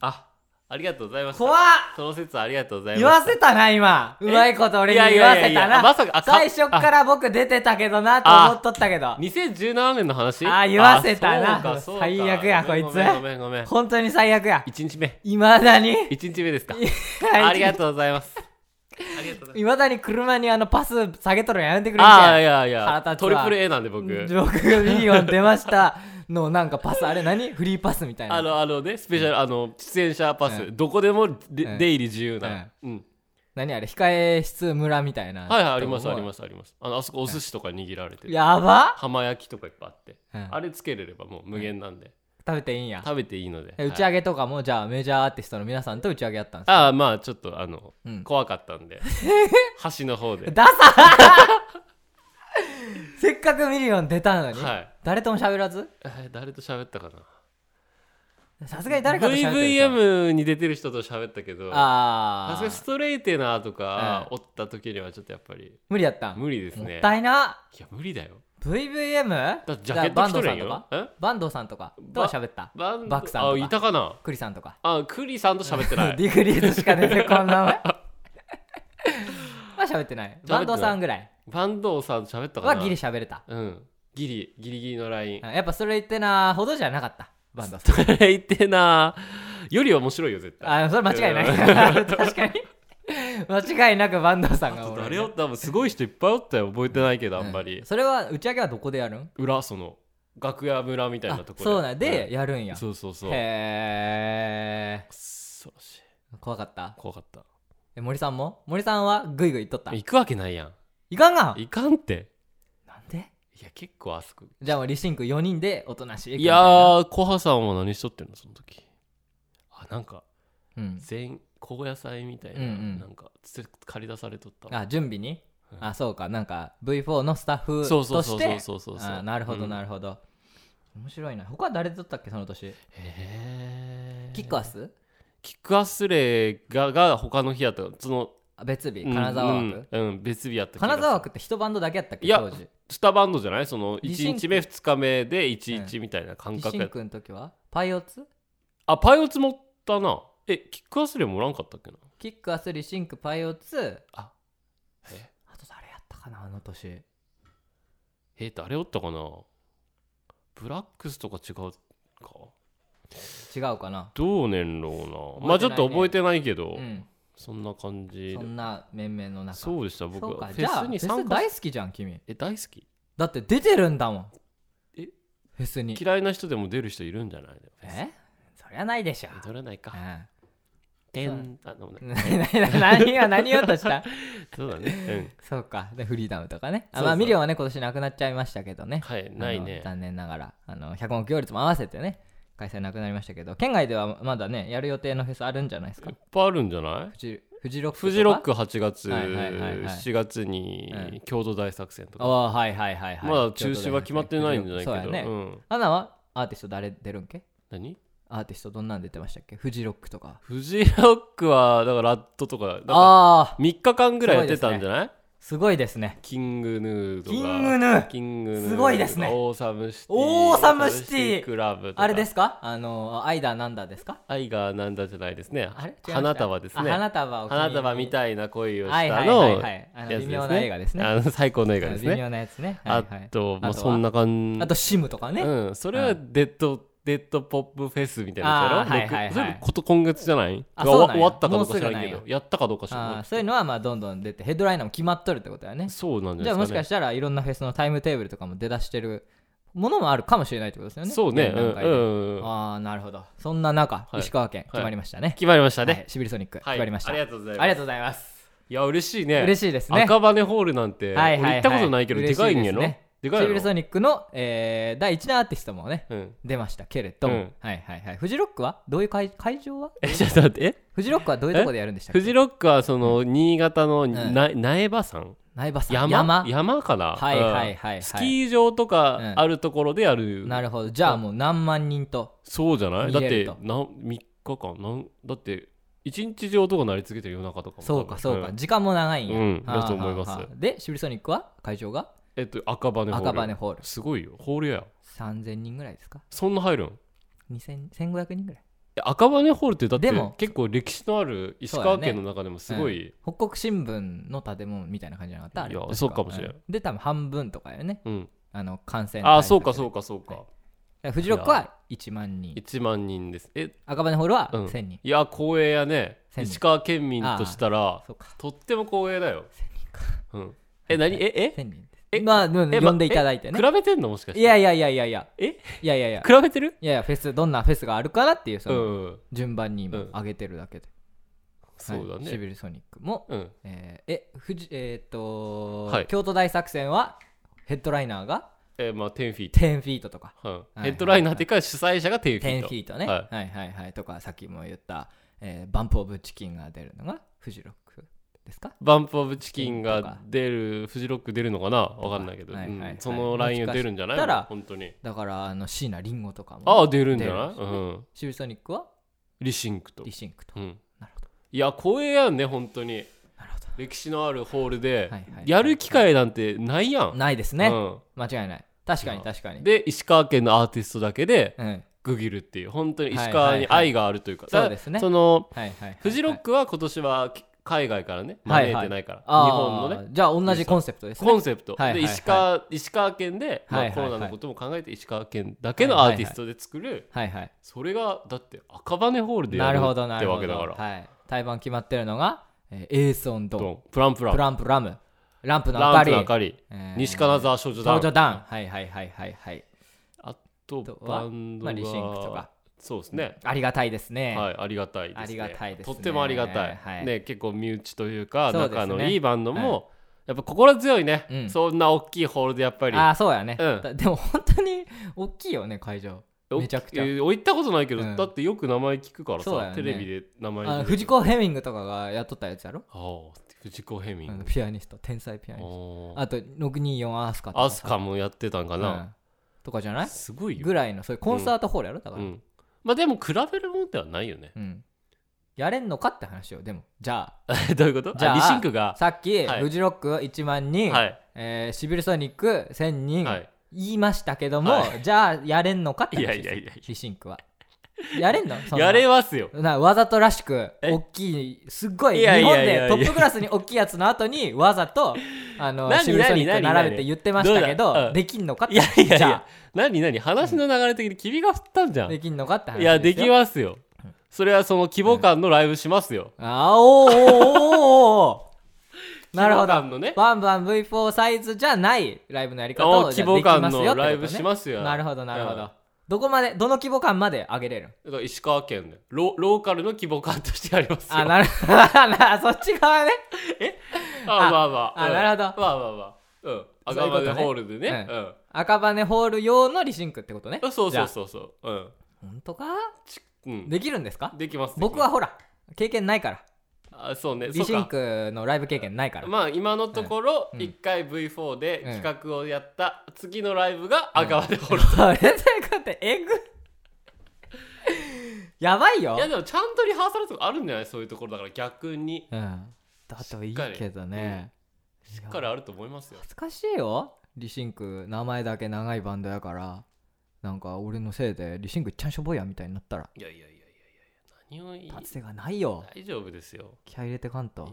Speaker 2: あありがとうございました
Speaker 1: 怖っ
Speaker 2: その説はありがとうござい
Speaker 1: 言
Speaker 2: ま
Speaker 1: わ
Speaker 2: す
Speaker 1: せたな今うまいこと俺に
Speaker 2: いやい
Speaker 1: 言わせたな
Speaker 2: やいやいやまさかあか
Speaker 1: 最初から僕出てたけどなと思っとったけど
Speaker 2: 2017年の話
Speaker 1: あ言わせたな
Speaker 2: あそうかそうか
Speaker 1: 最悪や
Speaker 2: ごめん
Speaker 1: こいつ
Speaker 2: ごめんごめんごめん
Speaker 1: 本当に最悪や
Speaker 2: 1日目
Speaker 1: いまだに
Speaker 2: 1日目ですかあ
Speaker 1: あ
Speaker 2: りがとうござ
Speaker 1: [LAUGHS]
Speaker 2: いますありがとうございます
Speaker 1: いまだに車にあのパス下げとるのやめてくれん
Speaker 2: ああ
Speaker 1: け
Speaker 2: いやい
Speaker 1: 腹
Speaker 2: や
Speaker 1: 立つ
Speaker 2: ト
Speaker 1: わ
Speaker 2: リプル A なんで僕
Speaker 1: 僕がミリオン出ましたのなんかパスあれ何フリーパスみたい
Speaker 2: あ
Speaker 1: な
Speaker 2: のあのねスペシャル、あの出演者パス、
Speaker 1: うん
Speaker 2: どこでもで
Speaker 1: うん
Speaker 2: 出入り自由な、うん
Speaker 1: 何あれ控え室村みたいな
Speaker 2: はいはいありますあり
Speaker 1: す
Speaker 2: ますありますあのあそこお寿司とか握られてて、
Speaker 1: やば
Speaker 2: 浜焼きとかいっぱいあって、
Speaker 1: うん
Speaker 2: あれつけれればもう無限なんで、
Speaker 1: 食べていいんや
Speaker 2: 食べていいので、
Speaker 1: え打ち
Speaker 2: はい
Speaker 1: 上げとかもじゃあメジャーアーティストの皆さんと打ち上げやったんです
Speaker 2: ああまあちょっとあの、
Speaker 1: うん
Speaker 2: 怖かった
Speaker 1: [LAUGHS]
Speaker 2: んで橋の方で
Speaker 1: ダサせっかくミリオン出たのに、
Speaker 2: はい
Speaker 1: 誰とも喋らず
Speaker 2: えー誰と喋ったかな
Speaker 1: さすがに誰かと喋ってるでしょ
Speaker 2: VVM に出てる人と喋ったけどさ
Speaker 1: あ
Speaker 2: すがに
Speaker 1: あ
Speaker 2: ストレイテナーとか、
Speaker 1: う
Speaker 2: おった時にはちょっとやっぱり
Speaker 1: 無理やった
Speaker 2: 無理です
Speaker 1: も
Speaker 2: ね
Speaker 1: ったいない
Speaker 2: や無理だよ
Speaker 1: VVM?
Speaker 2: だってジャケット着とるんよ
Speaker 1: だバンドさんとかとは喋った
Speaker 2: バンド
Speaker 1: バクさんとか
Speaker 2: あいたかな
Speaker 1: クリさんとか
Speaker 2: あクリさんと喋ってない
Speaker 1: [LAUGHS] ディグリーズしか出てこん [LAUGHS] 名前は喋ってないバンドさんぐらい
Speaker 2: バンドさんと喋ったか
Speaker 1: は
Speaker 2: な
Speaker 1: ギリ喋れた
Speaker 2: うんギリギリギリのライン
Speaker 1: うんやっぱそれ言ってなほどじゃなかったバンドさん
Speaker 2: それ [LAUGHS] 言ってなより面白いよ絶対
Speaker 1: あそれ間違いない [LAUGHS] 確かに間違いなくバンドさんがおる
Speaker 2: 誰よ多分すごい人いっぱいおったよ覚えてないけどあんまり
Speaker 1: それは打ち上げはどこでやるん
Speaker 2: 裏その楽屋村みたいな
Speaker 1: あ
Speaker 2: ところ
Speaker 1: そうなんで
Speaker 2: ん
Speaker 1: やるんや
Speaker 2: そうそうそう
Speaker 1: へえ
Speaker 2: 恐ろしい
Speaker 1: 怖かった
Speaker 2: 怖かった
Speaker 1: え森さんも森さんはグイグイ行っとった
Speaker 2: 行くわけないやん
Speaker 1: いかんがん
Speaker 2: いかんって
Speaker 1: なんで
Speaker 2: いや結構あそこ
Speaker 1: じゃあもうリシンク4人でおとなしい
Speaker 2: いやー小葉さんは何しとってんのその時あなんか
Speaker 1: うん、
Speaker 2: 全高野菜みたいな、
Speaker 1: うんうん
Speaker 2: なんかつ借り出されとったわ
Speaker 1: あ準備に、
Speaker 2: うん
Speaker 1: あそうかなんか V4 のスタッフと
Speaker 2: そうそう
Speaker 1: し
Speaker 2: そう
Speaker 1: て
Speaker 2: そうそうそうそう
Speaker 1: あなるほどなる
Speaker 2: る
Speaker 1: ほど、面白いな他誰で撮ったっけその年
Speaker 2: ほど、へー
Speaker 1: キックアス
Speaker 2: キックアスレがが他の日やったその
Speaker 1: あ別日
Speaker 2: うん
Speaker 1: 金沢枠、
Speaker 2: うん、うん別日やった気がす
Speaker 1: 金
Speaker 2: る
Speaker 1: 沢枠って一バンドだけやったっけ
Speaker 2: いや
Speaker 1: 当時
Speaker 2: スタバンドじゃないその
Speaker 1: リシン
Speaker 2: 1
Speaker 1: ク
Speaker 2: 日目2日目で11みたいな感
Speaker 1: リ
Speaker 2: 覚
Speaker 1: シ
Speaker 2: や
Speaker 1: ン
Speaker 2: った、
Speaker 1: クの時はパイオツ
Speaker 2: あパイオツ持ったなえキックアスレもらんかったっけな
Speaker 1: キックアスリシンクパイオツ
Speaker 2: あえ
Speaker 1: あと誰やったかなあの年
Speaker 2: え誰おったかなブラックスとか違うか
Speaker 1: 違うかな
Speaker 2: どうねんろうなま
Speaker 1: 覚え
Speaker 2: あち
Speaker 1: てないね
Speaker 2: ょっと覚えてないけど、
Speaker 1: うん
Speaker 2: そんな感じ
Speaker 1: そ
Speaker 2: で
Speaker 1: んな面々の中
Speaker 2: そうでした僕
Speaker 1: そう
Speaker 2: は
Speaker 1: か
Speaker 2: フ
Speaker 1: じゃあ
Speaker 2: ェス
Speaker 1: フ
Speaker 2: に
Speaker 1: ェス
Speaker 2: 参加し
Speaker 1: 大好きじゃん君
Speaker 2: え大好き
Speaker 1: だって出てるんだもん
Speaker 2: え
Speaker 1: フェスに
Speaker 2: 嫌いな人でも出る人いるんじゃない
Speaker 1: えそりゃないでしょ
Speaker 2: 出れないか
Speaker 1: う
Speaker 2: てんあでも
Speaker 1: ん
Speaker 2: ね
Speaker 1: [LAUGHS] 何が何をとした
Speaker 2: そうだね
Speaker 1: そうかでフリーダムとかねあ
Speaker 2: そうそう
Speaker 1: まあミリオンはね今年なくなっちゃいましたけど
Speaker 2: う
Speaker 1: ね
Speaker 2: んはい
Speaker 1: あの
Speaker 2: ないね
Speaker 1: 残念ながらあの100目行列も合わせてね開催なくなりましたけど県外ではまだねやる予定のフェスあるんじゃないです
Speaker 2: い
Speaker 1: か
Speaker 2: っぱいあるんじゃない
Speaker 1: フジフジロックとか
Speaker 2: フジロック8月、
Speaker 1: はいはいはいはい
Speaker 2: 7月に
Speaker 1: うん
Speaker 2: 共同大作戦と
Speaker 1: あ
Speaker 2: か、
Speaker 1: あはいはいはいはい
Speaker 2: まだ中止は決まってないんじゃないけど、
Speaker 1: そうやね、
Speaker 2: うん、
Speaker 1: アナはアーティスト誰出るんけ
Speaker 2: 何
Speaker 1: アーティストどんなん出てましたっけフジロックとか
Speaker 2: フジロックはだからラットとかなんか
Speaker 1: ああ
Speaker 2: 3日間ぐらいやってたんじゃない
Speaker 1: すごいですね
Speaker 2: キングヌーとか
Speaker 1: キングヌー
Speaker 2: キングヌー
Speaker 1: すごいですね
Speaker 2: オーサムシティ
Speaker 1: オーサムシティ
Speaker 2: クラブとか
Speaker 1: あれですかあのアイダーなんだですか
Speaker 2: 愛がなんだじゃないですね
Speaker 1: あれ違いました
Speaker 2: 花束です
Speaker 1: あ
Speaker 2: ね
Speaker 1: 花束を
Speaker 2: 花束み
Speaker 1: い
Speaker 2: たいな恋をし
Speaker 1: はいは
Speaker 2: た
Speaker 1: いはい
Speaker 2: の
Speaker 1: はいあの
Speaker 2: やつ
Speaker 1: 微妙な映画ですね
Speaker 2: あの最高の映画です
Speaker 1: 微
Speaker 2: ね
Speaker 1: 妙なやつね、はい
Speaker 2: あ
Speaker 1: はい、
Speaker 2: とまあ
Speaker 1: あとは
Speaker 2: そんな感じ
Speaker 1: あとシムとかね、
Speaker 2: うん、それはデッド、デッドポップフェスみたいなやつ
Speaker 1: あー
Speaker 2: やろ、
Speaker 1: はいはいはい
Speaker 2: 全部こと今月じゃない
Speaker 1: あ
Speaker 2: が
Speaker 1: そうな
Speaker 2: 終わ
Speaker 1: ん
Speaker 2: 終
Speaker 1: や
Speaker 2: わったかどうか知らんけ
Speaker 1: もうすぐな
Speaker 2: ど
Speaker 1: ん
Speaker 2: やったかどうか知ら
Speaker 1: あ
Speaker 2: ん
Speaker 1: ーそういうのはまあどんどん出てヘッドライナーも決まっとるってことだよね
Speaker 2: そうなんじ
Speaker 1: じ
Speaker 2: ゃ
Speaker 1: ゃ
Speaker 2: ない
Speaker 1: あ
Speaker 2: で
Speaker 1: もし
Speaker 2: すか、ね
Speaker 1: か、したらいろんなフェスのタイムテーブルとかも出だしてるものもあるかもしれないってことですよね
Speaker 2: そうね
Speaker 1: 現
Speaker 2: うん
Speaker 1: 段階で
Speaker 2: うんうん
Speaker 1: ああなるほどそんな中、
Speaker 2: はい
Speaker 1: 石川県決まりましたね、
Speaker 2: 決まりました
Speaker 1: はい
Speaker 2: ね、
Speaker 1: しびりソニック、
Speaker 2: はい
Speaker 1: 決まりました
Speaker 2: ありがとうございます
Speaker 1: ありがとうございます
Speaker 2: いや嬉しいね
Speaker 1: 嬉しいですね
Speaker 2: 赤羽ホールなんて、
Speaker 1: はいはいはい
Speaker 2: 俺行ったことないけどでかいんやろ
Speaker 1: 嬉しいですね
Speaker 2: でか
Speaker 1: シ
Speaker 2: い
Speaker 1: ビル
Speaker 2: やろ
Speaker 1: ソニックの、えー第1弾アーティストもね
Speaker 2: うん
Speaker 1: 出ましたけれども、
Speaker 2: うん
Speaker 1: はいはいはいフジロックはどういう会会場は
Speaker 2: えちょっと待ってえ
Speaker 1: フジロックはどういうとこでやるんでしたっ
Speaker 2: [LAUGHS] フ
Speaker 1: け
Speaker 2: ジロックはその新潟のな苗場山
Speaker 1: 苗場さん
Speaker 2: 山
Speaker 1: 山
Speaker 2: かな
Speaker 1: はいはいはいはい
Speaker 2: うんスキー場とか
Speaker 1: うん
Speaker 2: あるところでやる、
Speaker 1: なるほどじゃあもう何万人と
Speaker 2: そうじゃないだっ
Speaker 1: 見れ
Speaker 2: て
Speaker 1: ると
Speaker 2: 何3日間なんだって一日中音が鳴り続けてる夜中とかも
Speaker 1: そうか
Speaker 2: 多分
Speaker 1: そうか、
Speaker 2: ん
Speaker 1: 時間も長いんや、
Speaker 2: うん
Speaker 1: はあ
Speaker 2: だと思います
Speaker 1: はあはあでシビルソニックは会場が
Speaker 2: えっと赤羽ホール
Speaker 1: 赤羽ホール
Speaker 2: すごいよホールや
Speaker 1: 3000人ぐらいですか
Speaker 2: そんな入るんい
Speaker 1: 2000 1500人ぐらい
Speaker 2: や赤羽ホールってだっ
Speaker 1: で
Speaker 2: て
Speaker 1: も
Speaker 2: 結構歴史のある石
Speaker 1: そう
Speaker 2: 川
Speaker 1: だね
Speaker 2: 県の中でもすごい、
Speaker 1: 北国新聞の建物みたいな感じじゃなかったあれ
Speaker 2: いや
Speaker 1: 確
Speaker 2: そうかもしれん
Speaker 1: うで多分半分とかよね
Speaker 2: うん
Speaker 1: あの感染
Speaker 2: ああそうかそううかそうか、
Speaker 1: フジロックは1万人
Speaker 2: 1万人ですえ
Speaker 1: 赤羽ホールは
Speaker 2: うん
Speaker 1: 1000人、
Speaker 2: いや光栄やね
Speaker 1: 千人
Speaker 2: 石川県民としたら
Speaker 1: そうか
Speaker 2: とっても光栄だよ
Speaker 1: 1000人か
Speaker 2: うんえ何ええ
Speaker 1: 1000人です
Speaker 2: え
Speaker 1: まあでも
Speaker 2: えま
Speaker 1: 呼んでいただいてね
Speaker 2: 比べてんのもしかして
Speaker 1: いやいやいやいやいや
Speaker 2: え
Speaker 1: いやいやいや
Speaker 2: 比べてる
Speaker 1: いやいやフェスどんなフェスがあるかなっていうそうの
Speaker 2: ん
Speaker 1: 順番に
Speaker 2: う
Speaker 1: 今上
Speaker 2: ん
Speaker 1: げてるだけで、
Speaker 2: そうだ
Speaker 1: はいシ
Speaker 2: ね
Speaker 1: ビルソニックも、
Speaker 2: うん
Speaker 1: えーえ富士えーっと、
Speaker 2: はい
Speaker 1: 京都大作戦はヘッドライナーが
Speaker 2: えーまあ10フィート
Speaker 1: 10フィートとか
Speaker 2: うん
Speaker 1: い
Speaker 2: ヘッドライナーっていうか主催者がテンフィー
Speaker 1: 10
Speaker 2: ト。
Speaker 1: フィートね、
Speaker 2: は
Speaker 1: はい、はいはいとかさっきも言った、えーバンプ・オブ・チキンが出るのがフジロックですか
Speaker 2: い、バンプ・オブ・チキンが出る、フジロック出るのかなわかんないけど、
Speaker 1: はいはいはい
Speaker 2: うんそのラインを出るんじゃない
Speaker 1: もしかしたら
Speaker 2: 本当に。
Speaker 1: だからあの椎名林檎とかも
Speaker 2: ああ、出るんじゃない、
Speaker 1: 出るんです
Speaker 2: う
Speaker 1: よ
Speaker 2: ん。
Speaker 1: シビルソニックは
Speaker 2: リシンクと
Speaker 1: リ。シンクと、
Speaker 2: うん、
Speaker 1: なるほど
Speaker 2: いや、光栄やんね、本当に。
Speaker 1: なるほど
Speaker 2: 歴史のあるホールで、
Speaker 1: はいはいはい
Speaker 2: やる機会なんてないやん。
Speaker 1: ないですね、
Speaker 2: うん
Speaker 1: 間違いない確かに確かに
Speaker 2: で、石川県のアーティストだけで
Speaker 1: うんはい
Speaker 2: グギルっていう、本当に石川に愛があるというか、
Speaker 1: はいはいはいそうですね
Speaker 2: その、
Speaker 1: はいはいはい
Speaker 2: フジロックは今年は海外からね、
Speaker 1: はいはい
Speaker 2: 招いてないから、
Speaker 1: あー
Speaker 2: 日本のね。
Speaker 1: じゃあ同じコンセプトですね
Speaker 2: コンセプト、
Speaker 1: はいはいはい
Speaker 2: で石川石川県で、まあ
Speaker 1: はいはいはい
Speaker 2: コロナのことも考えて石川県だけのアーティストで作る、
Speaker 1: はいはい
Speaker 2: それがだって赤羽ホールでや
Speaker 1: な
Speaker 2: る
Speaker 1: る
Speaker 2: っ
Speaker 1: ほどな
Speaker 2: て
Speaker 1: る
Speaker 2: わ
Speaker 1: ほ
Speaker 2: け
Speaker 1: ど
Speaker 2: だから、
Speaker 1: はい対バン決まってるのが、えーエース・オン・ド
Speaker 2: ド
Speaker 1: ン
Speaker 2: ンプランプラン
Speaker 1: プランプラムランプの明
Speaker 2: ラ
Speaker 1: か
Speaker 2: ンプ
Speaker 1: り
Speaker 2: の明かり、
Speaker 1: えー
Speaker 2: 西金沢少女団
Speaker 1: 少女団はいはいはいはいはい
Speaker 2: とバンド
Speaker 1: ま
Speaker 2: が、
Speaker 1: あ、リシンクとか
Speaker 2: そうですね、
Speaker 1: ありがたいですね、
Speaker 2: はい、ありがたいですね。
Speaker 1: ありがたいですね
Speaker 2: とってもありがたい。
Speaker 1: はい
Speaker 2: ね、結構身内というか、
Speaker 1: そうですね
Speaker 2: 仲のいいバンドも、やっぱ心強いね、
Speaker 1: うん
Speaker 2: そんな大きいホールでやっぱり。
Speaker 1: ああそうやね、
Speaker 2: うん
Speaker 1: だでも本当に大きいよね会場
Speaker 2: お
Speaker 1: めちゃくちゃ
Speaker 2: えー行ったことないけど、
Speaker 1: うん
Speaker 2: だってよく名前聞くからさ、
Speaker 1: そうだよね
Speaker 2: テレビで名前
Speaker 1: あ
Speaker 2: 出
Speaker 1: の
Speaker 2: て
Speaker 1: 藤子ヘミングとかがやっとったやつやろ、
Speaker 2: ああ藤子ヘミ
Speaker 1: あ
Speaker 2: ン
Speaker 1: の
Speaker 2: グ。
Speaker 1: ピアニスト天才ピアニスト
Speaker 2: あ
Speaker 1: あと624アースカと
Speaker 2: あ
Speaker 1: か
Speaker 2: ア
Speaker 1: さ
Speaker 2: スカもやってたんか
Speaker 1: う
Speaker 2: な。
Speaker 1: んとかじゃない
Speaker 2: すごいよ。
Speaker 1: ぐらいのそういうコンサートホールやろだから、
Speaker 2: う
Speaker 1: うん
Speaker 2: ん。まあでも比べるもんではない
Speaker 1: [LAUGHS]
Speaker 2: よね。
Speaker 1: やれんのかって話よでもじゃあ
Speaker 2: どういうこと
Speaker 1: じゃあ
Speaker 2: リシンクが。
Speaker 1: さっき、
Speaker 2: はい
Speaker 1: フジロック1万人、
Speaker 2: はい。
Speaker 1: えーシビルソニック1000人、
Speaker 2: はい。
Speaker 1: 言いましたけども、
Speaker 2: は
Speaker 1: じゃあやれんのかって話です
Speaker 2: いやいやいやいや
Speaker 1: リシンクはや
Speaker 2: [LAUGHS]
Speaker 1: れんのそんな
Speaker 2: やれますよ。
Speaker 1: なわざとらしく
Speaker 2: え
Speaker 1: 大きいすっごい
Speaker 2: いやい
Speaker 1: 日
Speaker 2: や
Speaker 1: 本
Speaker 2: いやいや
Speaker 1: でトップクラスに大きいやつの後にわざとあの
Speaker 2: 何
Speaker 1: シビルソニック
Speaker 2: 何何
Speaker 1: 並べて言ってましたけ
Speaker 2: どうだう
Speaker 1: ど
Speaker 2: ん
Speaker 1: できんのかって
Speaker 2: いやいやい
Speaker 1: [LAUGHS] じゃ
Speaker 2: や、何何話の流れ的に君が振ったんじゃ
Speaker 1: あ
Speaker 2: ん。
Speaker 1: できんのかって話
Speaker 2: いや、でき
Speaker 1: すよ
Speaker 2: ますよ。それはその規模感のライブしますよ。
Speaker 1: あおーおーおーお [LAUGHS] ーなるほ
Speaker 2: 規模
Speaker 1: ど
Speaker 2: 感のね。
Speaker 1: バンバン V4 サイズじゃないライブのやり方
Speaker 2: お
Speaker 1: をじ
Speaker 2: 規
Speaker 1: ゃあで
Speaker 2: 模
Speaker 1: きますよ
Speaker 2: 感のライ
Speaker 1: ってこと
Speaker 2: ブ
Speaker 1: ね
Speaker 2: しますよ。
Speaker 1: なるほどなるほ
Speaker 2: うん
Speaker 1: どどこまでどの規模感まで上げれる
Speaker 2: だから石川県でロローカルの規模感としてありますよ。
Speaker 1: あなる [LAUGHS] なそっち側ね
Speaker 2: あ
Speaker 1: あ
Speaker 2: まあまあ。
Speaker 1: あ
Speaker 2: うん
Speaker 1: なるほど
Speaker 2: まあまあまあ。うん。
Speaker 1: そう
Speaker 2: 赤
Speaker 1: いうことね
Speaker 2: 羽ホールでね。
Speaker 1: う
Speaker 2: うん。
Speaker 1: 赤羽ホール用のリシンクってことね
Speaker 2: あそう
Speaker 1: じ
Speaker 2: そ
Speaker 1: ゃ
Speaker 2: う
Speaker 1: あ
Speaker 2: そうそう。うん。
Speaker 1: 本当か
Speaker 2: うん、
Speaker 1: できるんですか
Speaker 2: できます。
Speaker 1: 僕はほら経験ないから
Speaker 2: できますあそうね。
Speaker 1: リシ
Speaker 2: そう
Speaker 1: ン
Speaker 2: か
Speaker 1: クのライブ経験ないから、
Speaker 2: まあ今のところ
Speaker 1: うん
Speaker 2: 1回 V4 で
Speaker 1: うん
Speaker 2: 企画をやった次のライブが赤羽ホール。
Speaker 1: それということでえぐやばいよ
Speaker 2: いやでもちゃんとリハーサルとかあるんじゃないそういうところだから逆に
Speaker 1: うんだっていいけどねし
Speaker 2: しっかりあると思いますよ。
Speaker 1: 恥ずかしいよリシンク名前だけ長いバンドやからなんか俺のせいでリシンクちゃんしょぼいやみたいになったら
Speaker 2: いやいやいやいやいや何を言い
Speaker 1: 達成がないよ
Speaker 2: 大丈夫ですよ。
Speaker 1: 気合い入れてかんと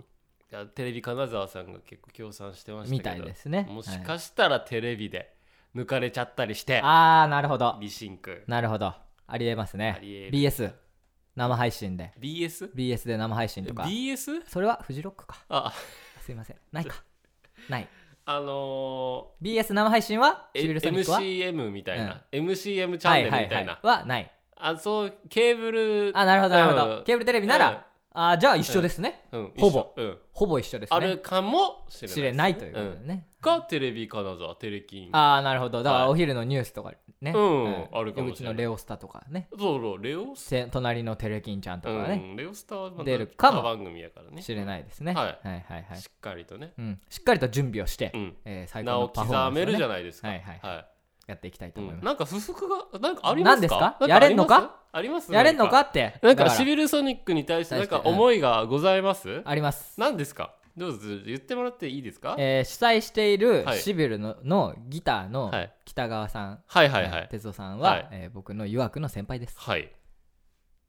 Speaker 2: いやテレビ金沢さんが結構協賛してましたけど
Speaker 1: みたいですね
Speaker 2: もし
Speaker 1: はい
Speaker 2: かしたらテレビで抜かれちゃったりして、
Speaker 1: ああなるほど
Speaker 2: リシンク
Speaker 1: なるほどありえます
Speaker 2: あ
Speaker 1: ね
Speaker 2: りえる
Speaker 1: BS 生配信で
Speaker 2: BS?
Speaker 1: BS で生配信とか
Speaker 2: BS?
Speaker 1: それはフジロックか
Speaker 2: あ
Speaker 1: すいませんない
Speaker 2: [LAUGHS]
Speaker 1: かない
Speaker 2: あの
Speaker 1: BS 生配信は
Speaker 2: ー、
Speaker 1: シビルソニックは
Speaker 2: MCM みたいな、MCM チャンネルみた
Speaker 1: はい
Speaker 2: いな、
Speaker 1: はいはい、はない
Speaker 2: あそうケーブル
Speaker 1: あなるほどなるほど、
Speaker 2: うん
Speaker 1: ケーブルテレビなら、あじゃあ一緒ですね、
Speaker 2: うん
Speaker 1: ほぼ、
Speaker 2: 一緒うん
Speaker 1: ほぼ一緒ですね
Speaker 2: あるかもしれない
Speaker 1: 知れないということでね、
Speaker 2: かテレビ金沢テレキン
Speaker 1: ああなるほどだか
Speaker 2: は
Speaker 1: ら
Speaker 2: い
Speaker 1: お昼のニュースとかね、
Speaker 2: うんあるかもしれない
Speaker 1: ちのレオスタとかね
Speaker 2: そうそうレオス
Speaker 1: せ隣のテレキンちゃんと
Speaker 2: う
Speaker 1: かね、
Speaker 2: ん、レオスターはまた
Speaker 1: 出るかも
Speaker 2: 歌番組やからね
Speaker 1: 知れないですね、
Speaker 2: は
Speaker 1: はいはいはい
Speaker 2: しっかりとね、
Speaker 1: うん、しっかりと準備をして、
Speaker 2: うん、
Speaker 1: えー最高
Speaker 2: 名
Speaker 1: の
Speaker 2: を
Speaker 1: パ
Speaker 2: 刻
Speaker 1: フォーマンス
Speaker 2: め
Speaker 1: を、
Speaker 2: るじ
Speaker 1: ね
Speaker 2: ゃ、ないですか。
Speaker 1: はいはいやっていきたいと
Speaker 2: う
Speaker 1: 思い
Speaker 2: ん
Speaker 1: ます、
Speaker 2: なんか不服がなんかありま
Speaker 1: 何
Speaker 2: すか？
Speaker 1: ですか
Speaker 2: なん
Speaker 1: やれ
Speaker 2: あります
Speaker 1: んのか？
Speaker 2: あります？
Speaker 1: やれんの
Speaker 2: な
Speaker 1: か
Speaker 2: んか
Speaker 1: って
Speaker 2: な
Speaker 1: だ
Speaker 2: んからシビルソニックに対してなん
Speaker 1: 対
Speaker 2: か
Speaker 1: してうん
Speaker 2: 思いがございます？
Speaker 1: あります
Speaker 2: 何ですか？どうぞ言ってもらっていいですか？
Speaker 1: えー主催している
Speaker 2: はい
Speaker 1: シビルの,、のギターの
Speaker 2: はい
Speaker 1: 北川さん、
Speaker 2: はいはいはい
Speaker 1: 哲夫さんは、
Speaker 2: はい
Speaker 1: えー僕の湯枠の先輩です
Speaker 2: はい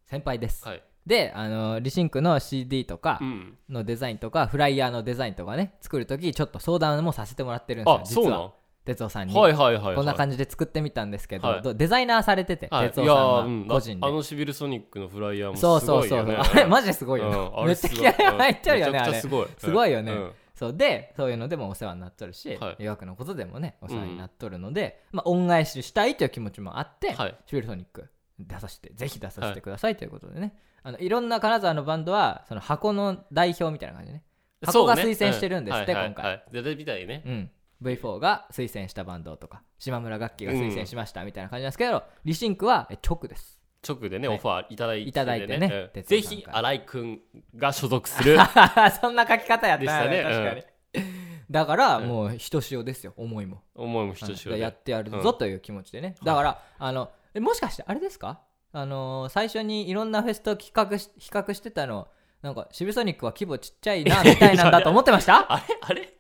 Speaker 1: 先輩です、
Speaker 2: はい
Speaker 1: であのリシンクの CD とか
Speaker 2: うん
Speaker 1: のデザインとか、フライヤーのデザインとかね作る時ちょっと相談もさせてもらってるん
Speaker 2: あ
Speaker 1: です
Speaker 2: そ
Speaker 1: よ実
Speaker 2: うな
Speaker 1: は
Speaker 2: の
Speaker 1: 哲夫さんに、
Speaker 2: はいはいはいはい
Speaker 1: こんな感じで作ってみたんですけど、
Speaker 2: はい
Speaker 1: どデザイナーされてて、
Speaker 2: はい
Speaker 1: 哲夫
Speaker 2: い
Speaker 1: さ
Speaker 2: や
Speaker 1: ん
Speaker 2: ー
Speaker 1: は
Speaker 2: うん
Speaker 1: 個人で、
Speaker 2: ああのシビルソニックのフライヤーもす
Speaker 1: そうそう
Speaker 2: ご
Speaker 1: そ
Speaker 2: いう
Speaker 1: そう、
Speaker 2: よね
Speaker 1: [LAUGHS] あれマジですごいよね、
Speaker 2: うんあ
Speaker 1: め
Speaker 2: れ
Speaker 1: っち
Speaker 2: す
Speaker 1: ゃ
Speaker 2: ごい
Speaker 1: 気合い入ってるよね
Speaker 2: うんめ
Speaker 1: あ
Speaker 2: ちゃくちゃ
Speaker 1: れ
Speaker 2: すごい
Speaker 1: すごいよね
Speaker 2: うん
Speaker 1: そうでそういうのでもお世話になっとるし、
Speaker 2: はい
Speaker 1: 予約のことでもねお世話になっとるので、まあ、恩返ししたいという気持ちもあって、
Speaker 2: はい
Speaker 1: シュエルソニック出させてぜひ出さ
Speaker 2: は
Speaker 1: せ
Speaker 2: い
Speaker 1: てくださいということでね、あのいろんな金沢のバンドはその箱の代表みたいな感じでね箱が推薦してるんですって、
Speaker 2: そうね
Speaker 1: 今回、
Speaker 2: はいはいはいでみたいね
Speaker 1: うん、V4 が推薦したバンドとか島村楽器が推薦しましたみたいな感じなんですけど、リシンクはえ直です
Speaker 2: 直でね、
Speaker 1: はい
Speaker 2: オファーいただいて,、
Speaker 1: いただいてね
Speaker 2: うん
Speaker 1: 哲
Speaker 2: ぜ
Speaker 1: 夫さんから
Speaker 2: ひ新井くんが所
Speaker 1: [LAUGHS]
Speaker 2: 属する
Speaker 1: [LAUGHS] そんな書き方やったよね
Speaker 2: でしたね
Speaker 1: 確かに、だからもうひとしおですよ思いも
Speaker 2: 思いもひとしお
Speaker 1: はい
Speaker 2: で
Speaker 1: やってやるぞという気持ちでね、だからあのえもしかしてあれですかあのー最初にいろんなフェスと企画し比較してたのなんかシブソニックは規模ちっちゃいなみたいなんだと思ってま [LAUGHS] した
Speaker 2: あれあれ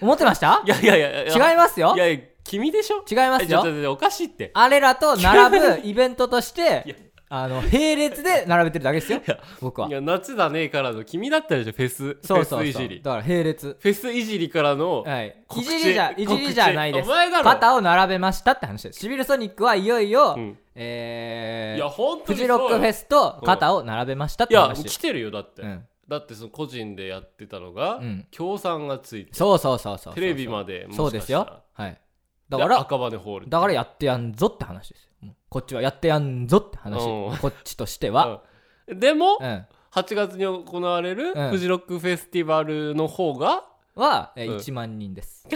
Speaker 1: 思ってました
Speaker 2: いやいやいやや
Speaker 1: 違いますよ
Speaker 2: いやいや君でしょ
Speaker 1: 違います
Speaker 2: ちょっと
Speaker 1: よ
Speaker 2: 待っておかしいって
Speaker 1: あれらと
Speaker 2: [LAUGHS]
Speaker 1: 並ぶイベントとしてあの並列で並べてるだけですよ
Speaker 2: や
Speaker 1: 僕はい
Speaker 2: や夏だねからの君だったでしょフェス
Speaker 1: そうそう
Speaker 2: フェ
Speaker 1: そ
Speaker 2: ス
Speaker 1: う
Speaker 2: いじり
Speaker 1: だから並列
Speaker 2: フェスいじりからの、
Speaker 1: はい、
Speaker 2: 告
Speaker 1: い
Speaker 2: 知
Speaker 1: じりじゃいじりじゃないです
Speaker 2: 告知お前だろ
Speaker 1: 肩を並べましたって話ですシビルソニックはいよいよ、
Speaker 2: うん
Speaker 1: え
Speaker 2: い
Speaker 1: ー
Speaker 2: や本当
Speaker 1: フ
Speaker 2: に
Speaker 1: ジ
Speaker 2: そうよ
Speaker 1: ロックフェスと肩を並べましたっ
Speaker 2: い
Speaker 1: て
Speaker 2: や
Speaker 1: 話で
Speaker 2: 来
Speaker 1: す、
Speaker 2: てるよだって、
Speaker 1: うん
Speaker 2: だってその個人でやってたのが
Speaker 1: うん
Speaker 2: 協賛、がついて
Speaker 1: そうそうそうそう
Speaker 2: テレビま
Speaker 1: で
Speaker 2: でもしか
Speaker 1: そ
Speaker 2: したら
Speaker 1: うですよはいだ
Speaker 2: だ
Speaker 1: か
Speaker 2: からら赤羽ホール
Speaker 1: だからやってやんぞって話ですよもうこっちはやってやんぞって話、
Speaker 2: うん
Speaker 1: こっちとしては、
Speaker 2: うんでも、
Speaker 1: うん
Speaker 2: 8月に行われる
Speaker 1: うん
Speaker 2: フジロックフェスティバルの方が、
Speaker 1: は、えー
Speaker 2: うん
Speaker 1: 1万人です、 [LAUGHS]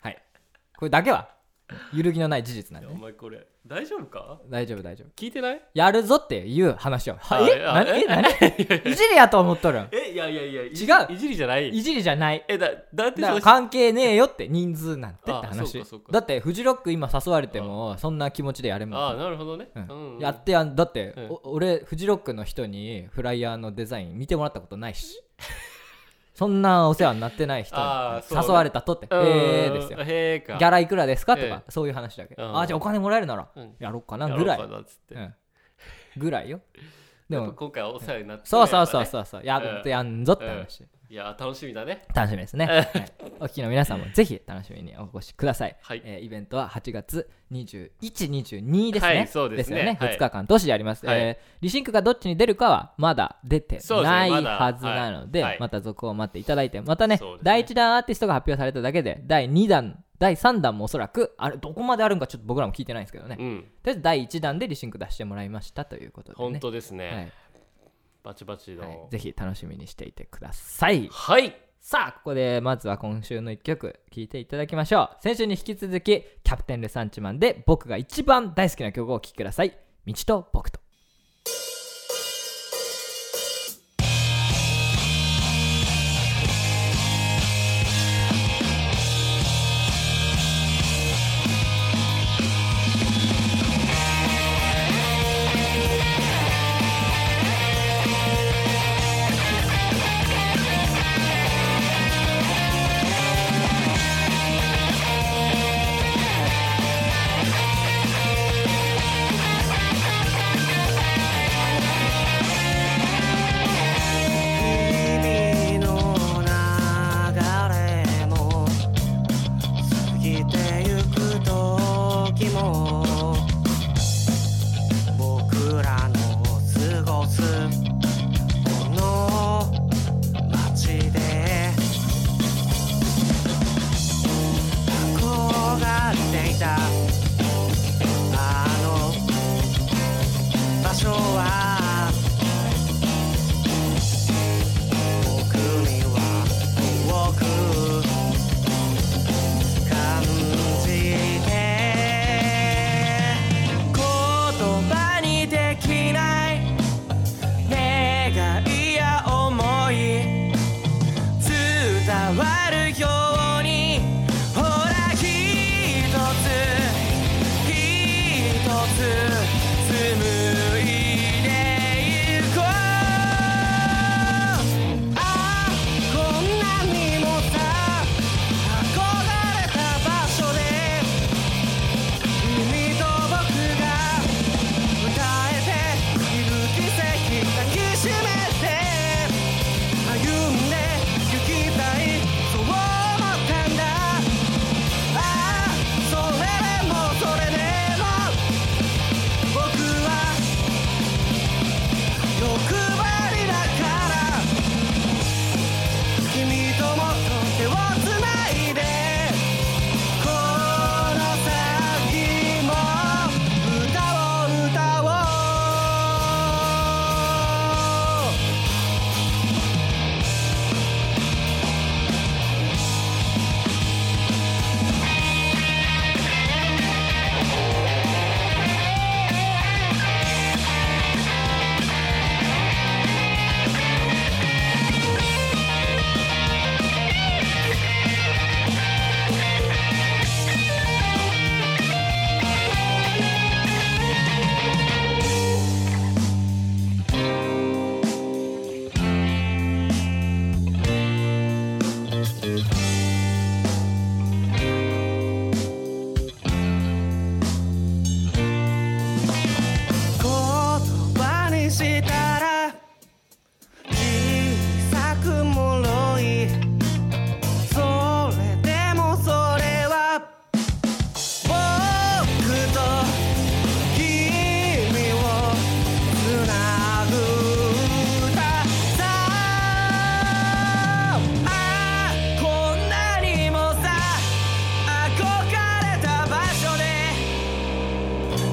Speaker 1: はいこれだけは揺るぎのない事実なんで
Speaker 2: お
Speaker 1: ね、
Speaker 2: 前これ大丈夫か
Speaker 1: 大丈夫大丈夫
Speaker 2: 聞いてない
Speaker 1: やるぞっていう話をはえ
Speaker 2: あ
Speaker 1: 何え何いじりやと思っとるん
Speaker 2: えいやいやいや違
Speaker 1: 違う
Speaker 2: いじりじゃない
Speaker 1: いじりじゃない
Speaker 2: えだだって
Speaker 1: だから
Speaker 2: そ
Speaker 1: 関係ねえよって人数なんてって
Speaker 2: あそう
Speaker 1: 話
Speaker 2: かそうか
Speaker 1: だってフジロック今誘われてもそんな気持ちでやれんもん
Speaker 2: ああなるほどね、
Speaker 1: うん
Speaker 2: うんうん
Speaker 1: やってやんだって、
Speaker 2: うん
Speaker 1: お俺フジロックの人にフライヤーのデザイン見てもらったことない
Speaker 2: [LAUGHS]
Speaker 1: しそんなお世話になってない人に
Speaker 2: あーそうね
Speaker 1: 誘われたとって「
Speaker 2: うん
Speaker 1: ええですよ
Speaker 2: へえか
Speaker 1: ギャラいくらですか?」と
Speaker 2: え
Speaker 1: かそういう話だけ
Speaker 2: う
Speaker 1: ど
Speaker 2: ん
Speaker 1: あーじゃあお金もらえるなら
Speaker 2: うん
Speaker 1: やろうかなぐらい
Speaker 2: やろうかなっつって、
Speaker 1: うんぐらい
Speaker 2: [LAUGHS]
Speaker 1: よで
Speaker 2: やっ
Speaker 1: も
Speaker 2: ぱ今回はお世話になって、ね、
Speaker 1: そうそうそ
Speaker 2: や
Speaker 1: う
Speaker 2: っぱね
Speaker 1: そうそうやってやんぞって話
Speaker 2: いや楽しみだね
Speaker 1: 楽しみですね、はいお聞きの皆さんもぜひ楽しみにお越しください、
Speaker 2: はい
Speaker 1: えーイベントは8月2122ですね、
Speaker 2: はいそうですね
Speaker 1: よね、
Speaker 2: はい
Speaker 1: 2日間通しでやります、
Speaker 2: はい
Speaker 1: えーリシンクがどっちに出るかはまだ出て
Speaker 2: そうですね
Speaker 1: ない
Speaker 2: まだ
Speaker 1: はずなので、
Speaker 2: はいはい
Speaker 1: また続報を待っていただいてまたね
Speaker 2: そうですね
Speaker 1: 第1弾アーティストが発表されただけで第2弾第3弾もおそらくあれどこまであるんかちょっと僕らも聞いてないんですけどね、と
Speaker 2: う
Speaker 1: り
Speaker 2: ん
Speaker 1: あえず第1弾でリシンク出してもらいましたということでね
Speaker 2: 本当ですね、
Speaker 1: はい
Speaker 2: バチバチ
Speaker 1: はい
Speaker 2: の
Speaker 1: ぜひ楽しみにしていてください
Speaker 2: はい、
Speaker 1: さあここでまずは今週の1曲聴いていただきましょう先週に引き続き「キャプテン・ル・サンチマン」で僕が一番大好きな曲をお聴きください「道と僕と」
Speaker 4: 日々の流れも過ぎてゆく時も僕らの過ごすこの街で憧れていたあの場所は「僕には多く感じて」「言葉にできない願いや思い」「伝わるようにほらひとつひとつ紡いでいこう」「ああこんなにもさ憧れた場所で」「君と僕が歌えている奇跡抱きしめて」「歩んで行きたいそう思ったんだ」「ああそれでもそれでも僕は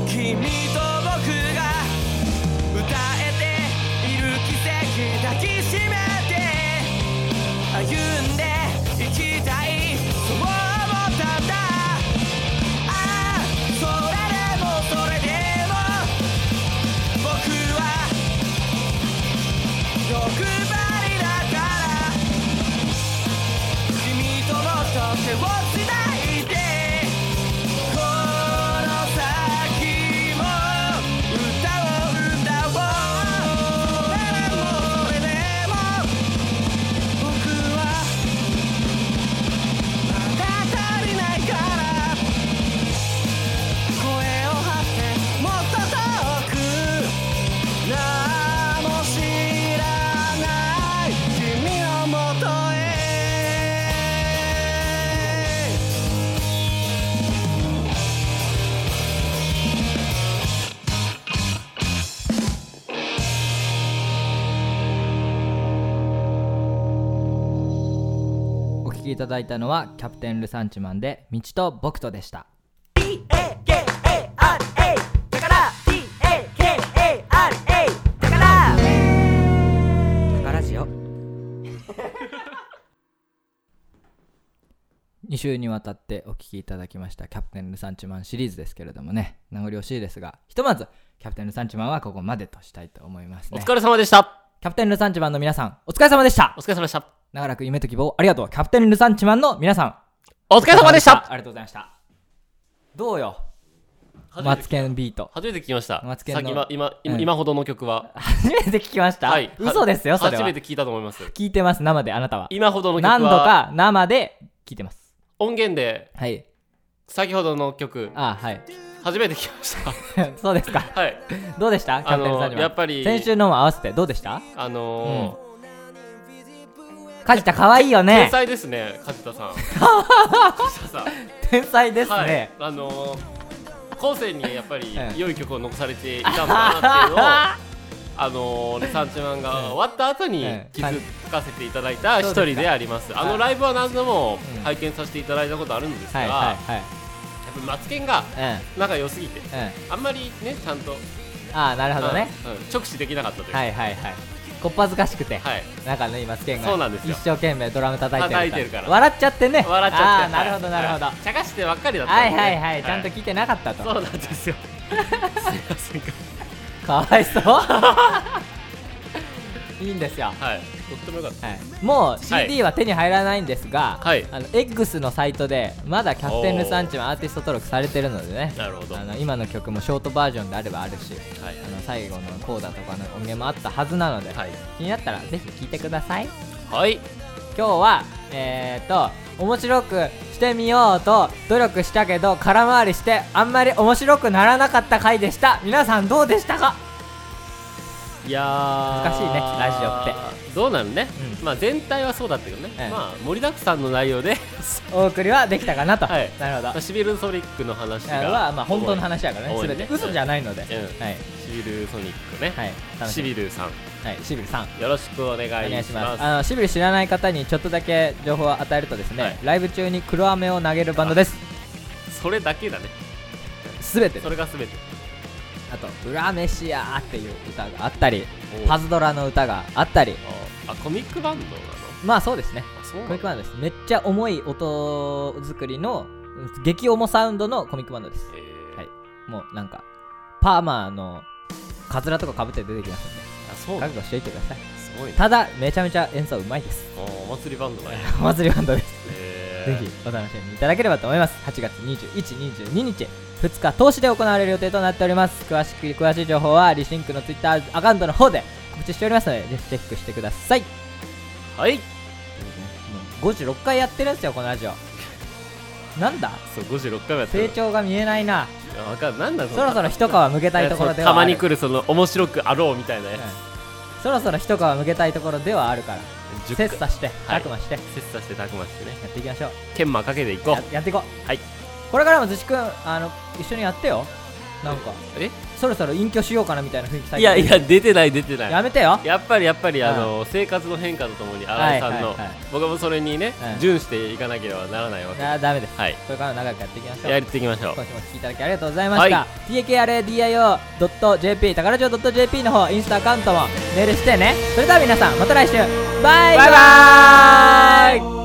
Speaker 4: 君と僕が歌えている奇跡抱きしめて歩んでいきたいそう思ったんだああそれでもそれでも僕は欲張りだから君ともっと手をつないでこの先も歌を歌おう誰も俺でも僕はまだ足りないから声を張ってもっと遠く何も知らない君のもとへ
Speaker 1: お聴きいただいたのはキャプテンルサンチマンで「道と僕と」でした
Speaker 3: T-A-K-A-R-A だから T-A-K-A-R-A だから
Speaker 1: 宝ジオ2週にわたってお聴きいただきました「キャプテンルサンチマン」シリーズですけれどもね名残惜しいですがひとまずキャプテンルサンチマンはここまでとしたいと思います
Speaker 2: お
Speaker 1: ね
Speaker 2: 疲れ様でした。
Speaker 1: キャプテンルサンチマンの皆さんお疲れ様でした
Speaker 2: お疲れ様でした。
Speaker 1: 長らく夢と希望ありがとうキャプテンルサンチマンの皆さん
Speaker 2: お疲れ様でした。
Speaker 1: ありがとうございましたどうよマ
Speaker 2: 初
Speaker 1: ツケンビート
Speaker 2: めて聞きました。
Speaker 1: マツケン
Speaker 2: さ
Speaker 1: の
Speaker 2: っき今今今
Speaker 1: うん
Speaker 2: 今ほどの曲は、
Speaker 1: 初めて聞きました、
Speaker 2: はい。
Speaker 1: 嘘ですよそれ
Speaker 2: 初
Speaker 1: は
Speaker 2: めて聞いたと思います。
Speaker 1: 聞いてます生であなたは
Speaker 2: 今ほどの曲は
Speaker 1: 何度か生で聞いてます
Speaker 2: 音源で
Speaker 1: はい
Speaker 2: 先ほどの曲
Speaker 1: あはい
Speaker 2: 初めて聞きました。
Speaker 1: [LAUGHS] そうですか
Speaker 2: はい。
Speaker 1: どうでしたキャ
Speaker 2: あ
Speaker 1: プテンル
Speaker 2: の
Speaker 1: サンチマン
Speaker 2: やっぱり
Speaker 1: 先週のも合わせてどうでした
Speaker 2: あの
Speaker 1: カジタ可愛いよ
Speaker 2: ー、天
Speaker 1: ね
Speaker 2: 才ですね、梶田
Speaker 1: [LAUGHS]
Speaker 2: さん。梶田さん。
Speaker 1: 天才です
Speaker 2: はい。
Speaker 1: ね、
Speaker 2: あのー、後世にやっぱり
Speaker 1: うん
Speaker 2: 良い曲を残されていたんだなっていうのを。
Speaker 1: [LAUGHS]
Speaker 2: あのー、ルサンチマンが終わった後に
Speaker 1: うん
Speaker 2: 気づかせていただいた一人であります、
Speaker 1: か
Speaker 2: あのライブは何度も
Speaker 1: うん
Speaker 2: 拝見させていただいたことあるんですが、
Speaker 1: はい
Speaker 2: や
Speaker 1: は
Speaker 2: っ
Speaker 1: いはい
Speaker 2: ぱマツケンが仲良すぎて
Speaker 1: うんうん
Speaker 2: あんまりねちゃんと、
Speaker 1: ああなるほどね、
Speaker 2: うんうん直視できなかったというか
Speaker 1: はいはいはいこっぱずかしくて、
Speaker 2: はい
Speaker 1: なんかね今スケンが
Speaker 2: そうなんですよ
Speaker 1: 一生懸命ドラム叩いてる
Speaker 2: 叩いてるから
Speaker 1: 笑っちゃってね
Speaker 2: 笑っちゃって
Speaker 1: ああなるほど
Speaker 2: はい
Speaker 1: なるほど、
Speaker 2: はい茶化してばっかりだったん
Speaker 1: は
Speaker 2: で
Speaker 1: い
Speaker 2: ね
Speaker 1: はいはい、ちゃんと聞いてなかったと。
Speaker 2: そうなん
Speaker 1: [LAUGHS]
Speaker 2: ですよすいませんが
Speaker 1: かわい
Speaker 2: [LAUGHS]
Speaker 1: そう。いいんですよ。
Speaker 2: はいとってもよかった
Speaker 1: はい、もう
Speaker 2: はい
Speaker 1: CD は手に入らないんですが、
Speaker 2: はい
Speaker 1: あの X のサイトでまだキャプテン・ルサンチはアーティスト登録されてるのでね
Speaker 2: なるほど
Speaker 1: あの今の曲もショートバージョンであればあるし
Speaker 2: はい
Speaker 1: あの最後のコーダとかの音源もあったはずなので、
Speaker 2: はい
Speaker 1: 気になったらぜひ聴いてください。
Speaker 2: はい
Speaker 1: 今日はえー、と面白くしてみようと努力したけど空回りしてあんまり面白くならなかった回でした皆さんどうでしたか
Speaker 2: いやー
Speaker 1: 難しいねラジオ
Speaker 2: ってどうなのね、
Speaker 1: うん
Speaker 2: まあ全体はそうだったけどね、
Speaker 1: ええ
Speaker 2: まあ盛りだくさんの内
Speaker 1: [LAUGHS]
Speaker 2: 容で
Speaker 1: お送りはできたかなと、
Speaker 2: はい
Speaker 1: なるほど
Speaker 2: シビルソニックの話が
Speaker 1: はまあ本当の話だからね
Speaker 2: 主に
Speaker 1: 全て嘘じゃないので、
Speaker 2: うん
Speaker 1: はい
Speaker 2: シビルソニックね、
Speaker 1: はい楽し
Speaker 2: シ
Speaker 1: み
Speaker 2: ビルさん
Speaker 1: はいシビルさん
Speaker 2: よろしくお願いします
Speaker 1: お願いしますあのシビル知らない方にちょっとだけ情報を与えるとですね、
Speaker 2: はい
Speaker 1: ライブ中に黒飴を投げるバンドです
Speaker 2: それだけだね
Speaker 1: すべて
Speaker 2: それが全て
Speaker 1: あと「裏飯や」っていう歌があったり
Speaker 2: おう
Speaker 1: パズドラの歌があったり
Speaker 2: あコミックバンドなの
Speaker 1: まあそうですね
Speaker 2: あそうな
Speaker 1: コミ
Speaker 2: の
Speaker 1: ックバンドですめっちゃ重い音作りの激重サウンドのコミックバンドです
Speaker 2: えー
Speaker 1: はいもうなんかパーマのカツラとかかぶって出てきますんで
Speaker 2: あそうな
Speaker 1: 覚
Speaker 2: の
Speaker 1: 悟しておいてください
Speaker 2: すごいね
Speaker 1: ただめちゃめちゃ演奏うまいです
Speaker 2: あーお祭りバンドだ
Speaker 1: [LAUGHS]
Speaker 2: ね
Speaker 1: お祭りバンドです、
Speaker 2: えー
Speaker 1: ぜひお楽しみいただければと思います8月2122日2日投資で行われる予定となっております詳しく詳しい情報はリシンクの Twitter アカウントの方で告知しておりますのでぜひチェックしてください
Speaker 2: はい
Speaker 1: もう56回やってるんですよこのラジオなんだ
Speaker 2: そう56回もやって
Speaker 1: 成
Speaker 2: る
Speaker 1: 長が見えないな
Speaker 2: あわかんないなんだ
Speaker 1: そろそろ一皮むけたいところでは
Speaker 2: た
Speaker 1: あ
Speaker 2: ま
Speaker 1: る
Speaker 2: に来るその面白くあろうみたいなや
Speaker 1: うんそろそろ一皮むけたいところではあるから
Speaker 2: つ10
Speaker 1: 切磋して
Speaker 2: はい
Speaker 1: たくましてや
Speaker 2: 切磋してたくましくね
Speaker 1: っていきましょう
Speaker 2: 研磨かけていこ
Speaker 1: ややっていこう
Speaker 2: はい
Speaker 1: これからもずしくんあの一緒にやってよなんか
Speaker 2: え
Speaker 1: そろそろ隠居しようかなみたいな雰囲気最
Speaker 2: い
Speaker 1: 近
Speaker 2: やいや出てない出てない
Speaker 1: やめてよ
Speaker 2: やっぱりやっぱりあの、生活の変化とともに新井さんの、
Speaker 1: はいはいはい
Speaker 2: 僕もそれにね、
Speaker 1: はい
Speaker 2: 準していかなければならないわけで
Speaker 1: あダメです
Speaker 2: はい
Speaker 1: これからも長くやっていきましょう
Speaker 2: やっていきましょう
Speaker 1: 今週もお聞きいただきありがとうございました、
Speaker 2: は
Speaker 1: tkrdio.jp 宝城 .jp の方インスタアカウントもメールしてねそれでは皆さんまた来週バイバイ
Speaker 2: バイバーイ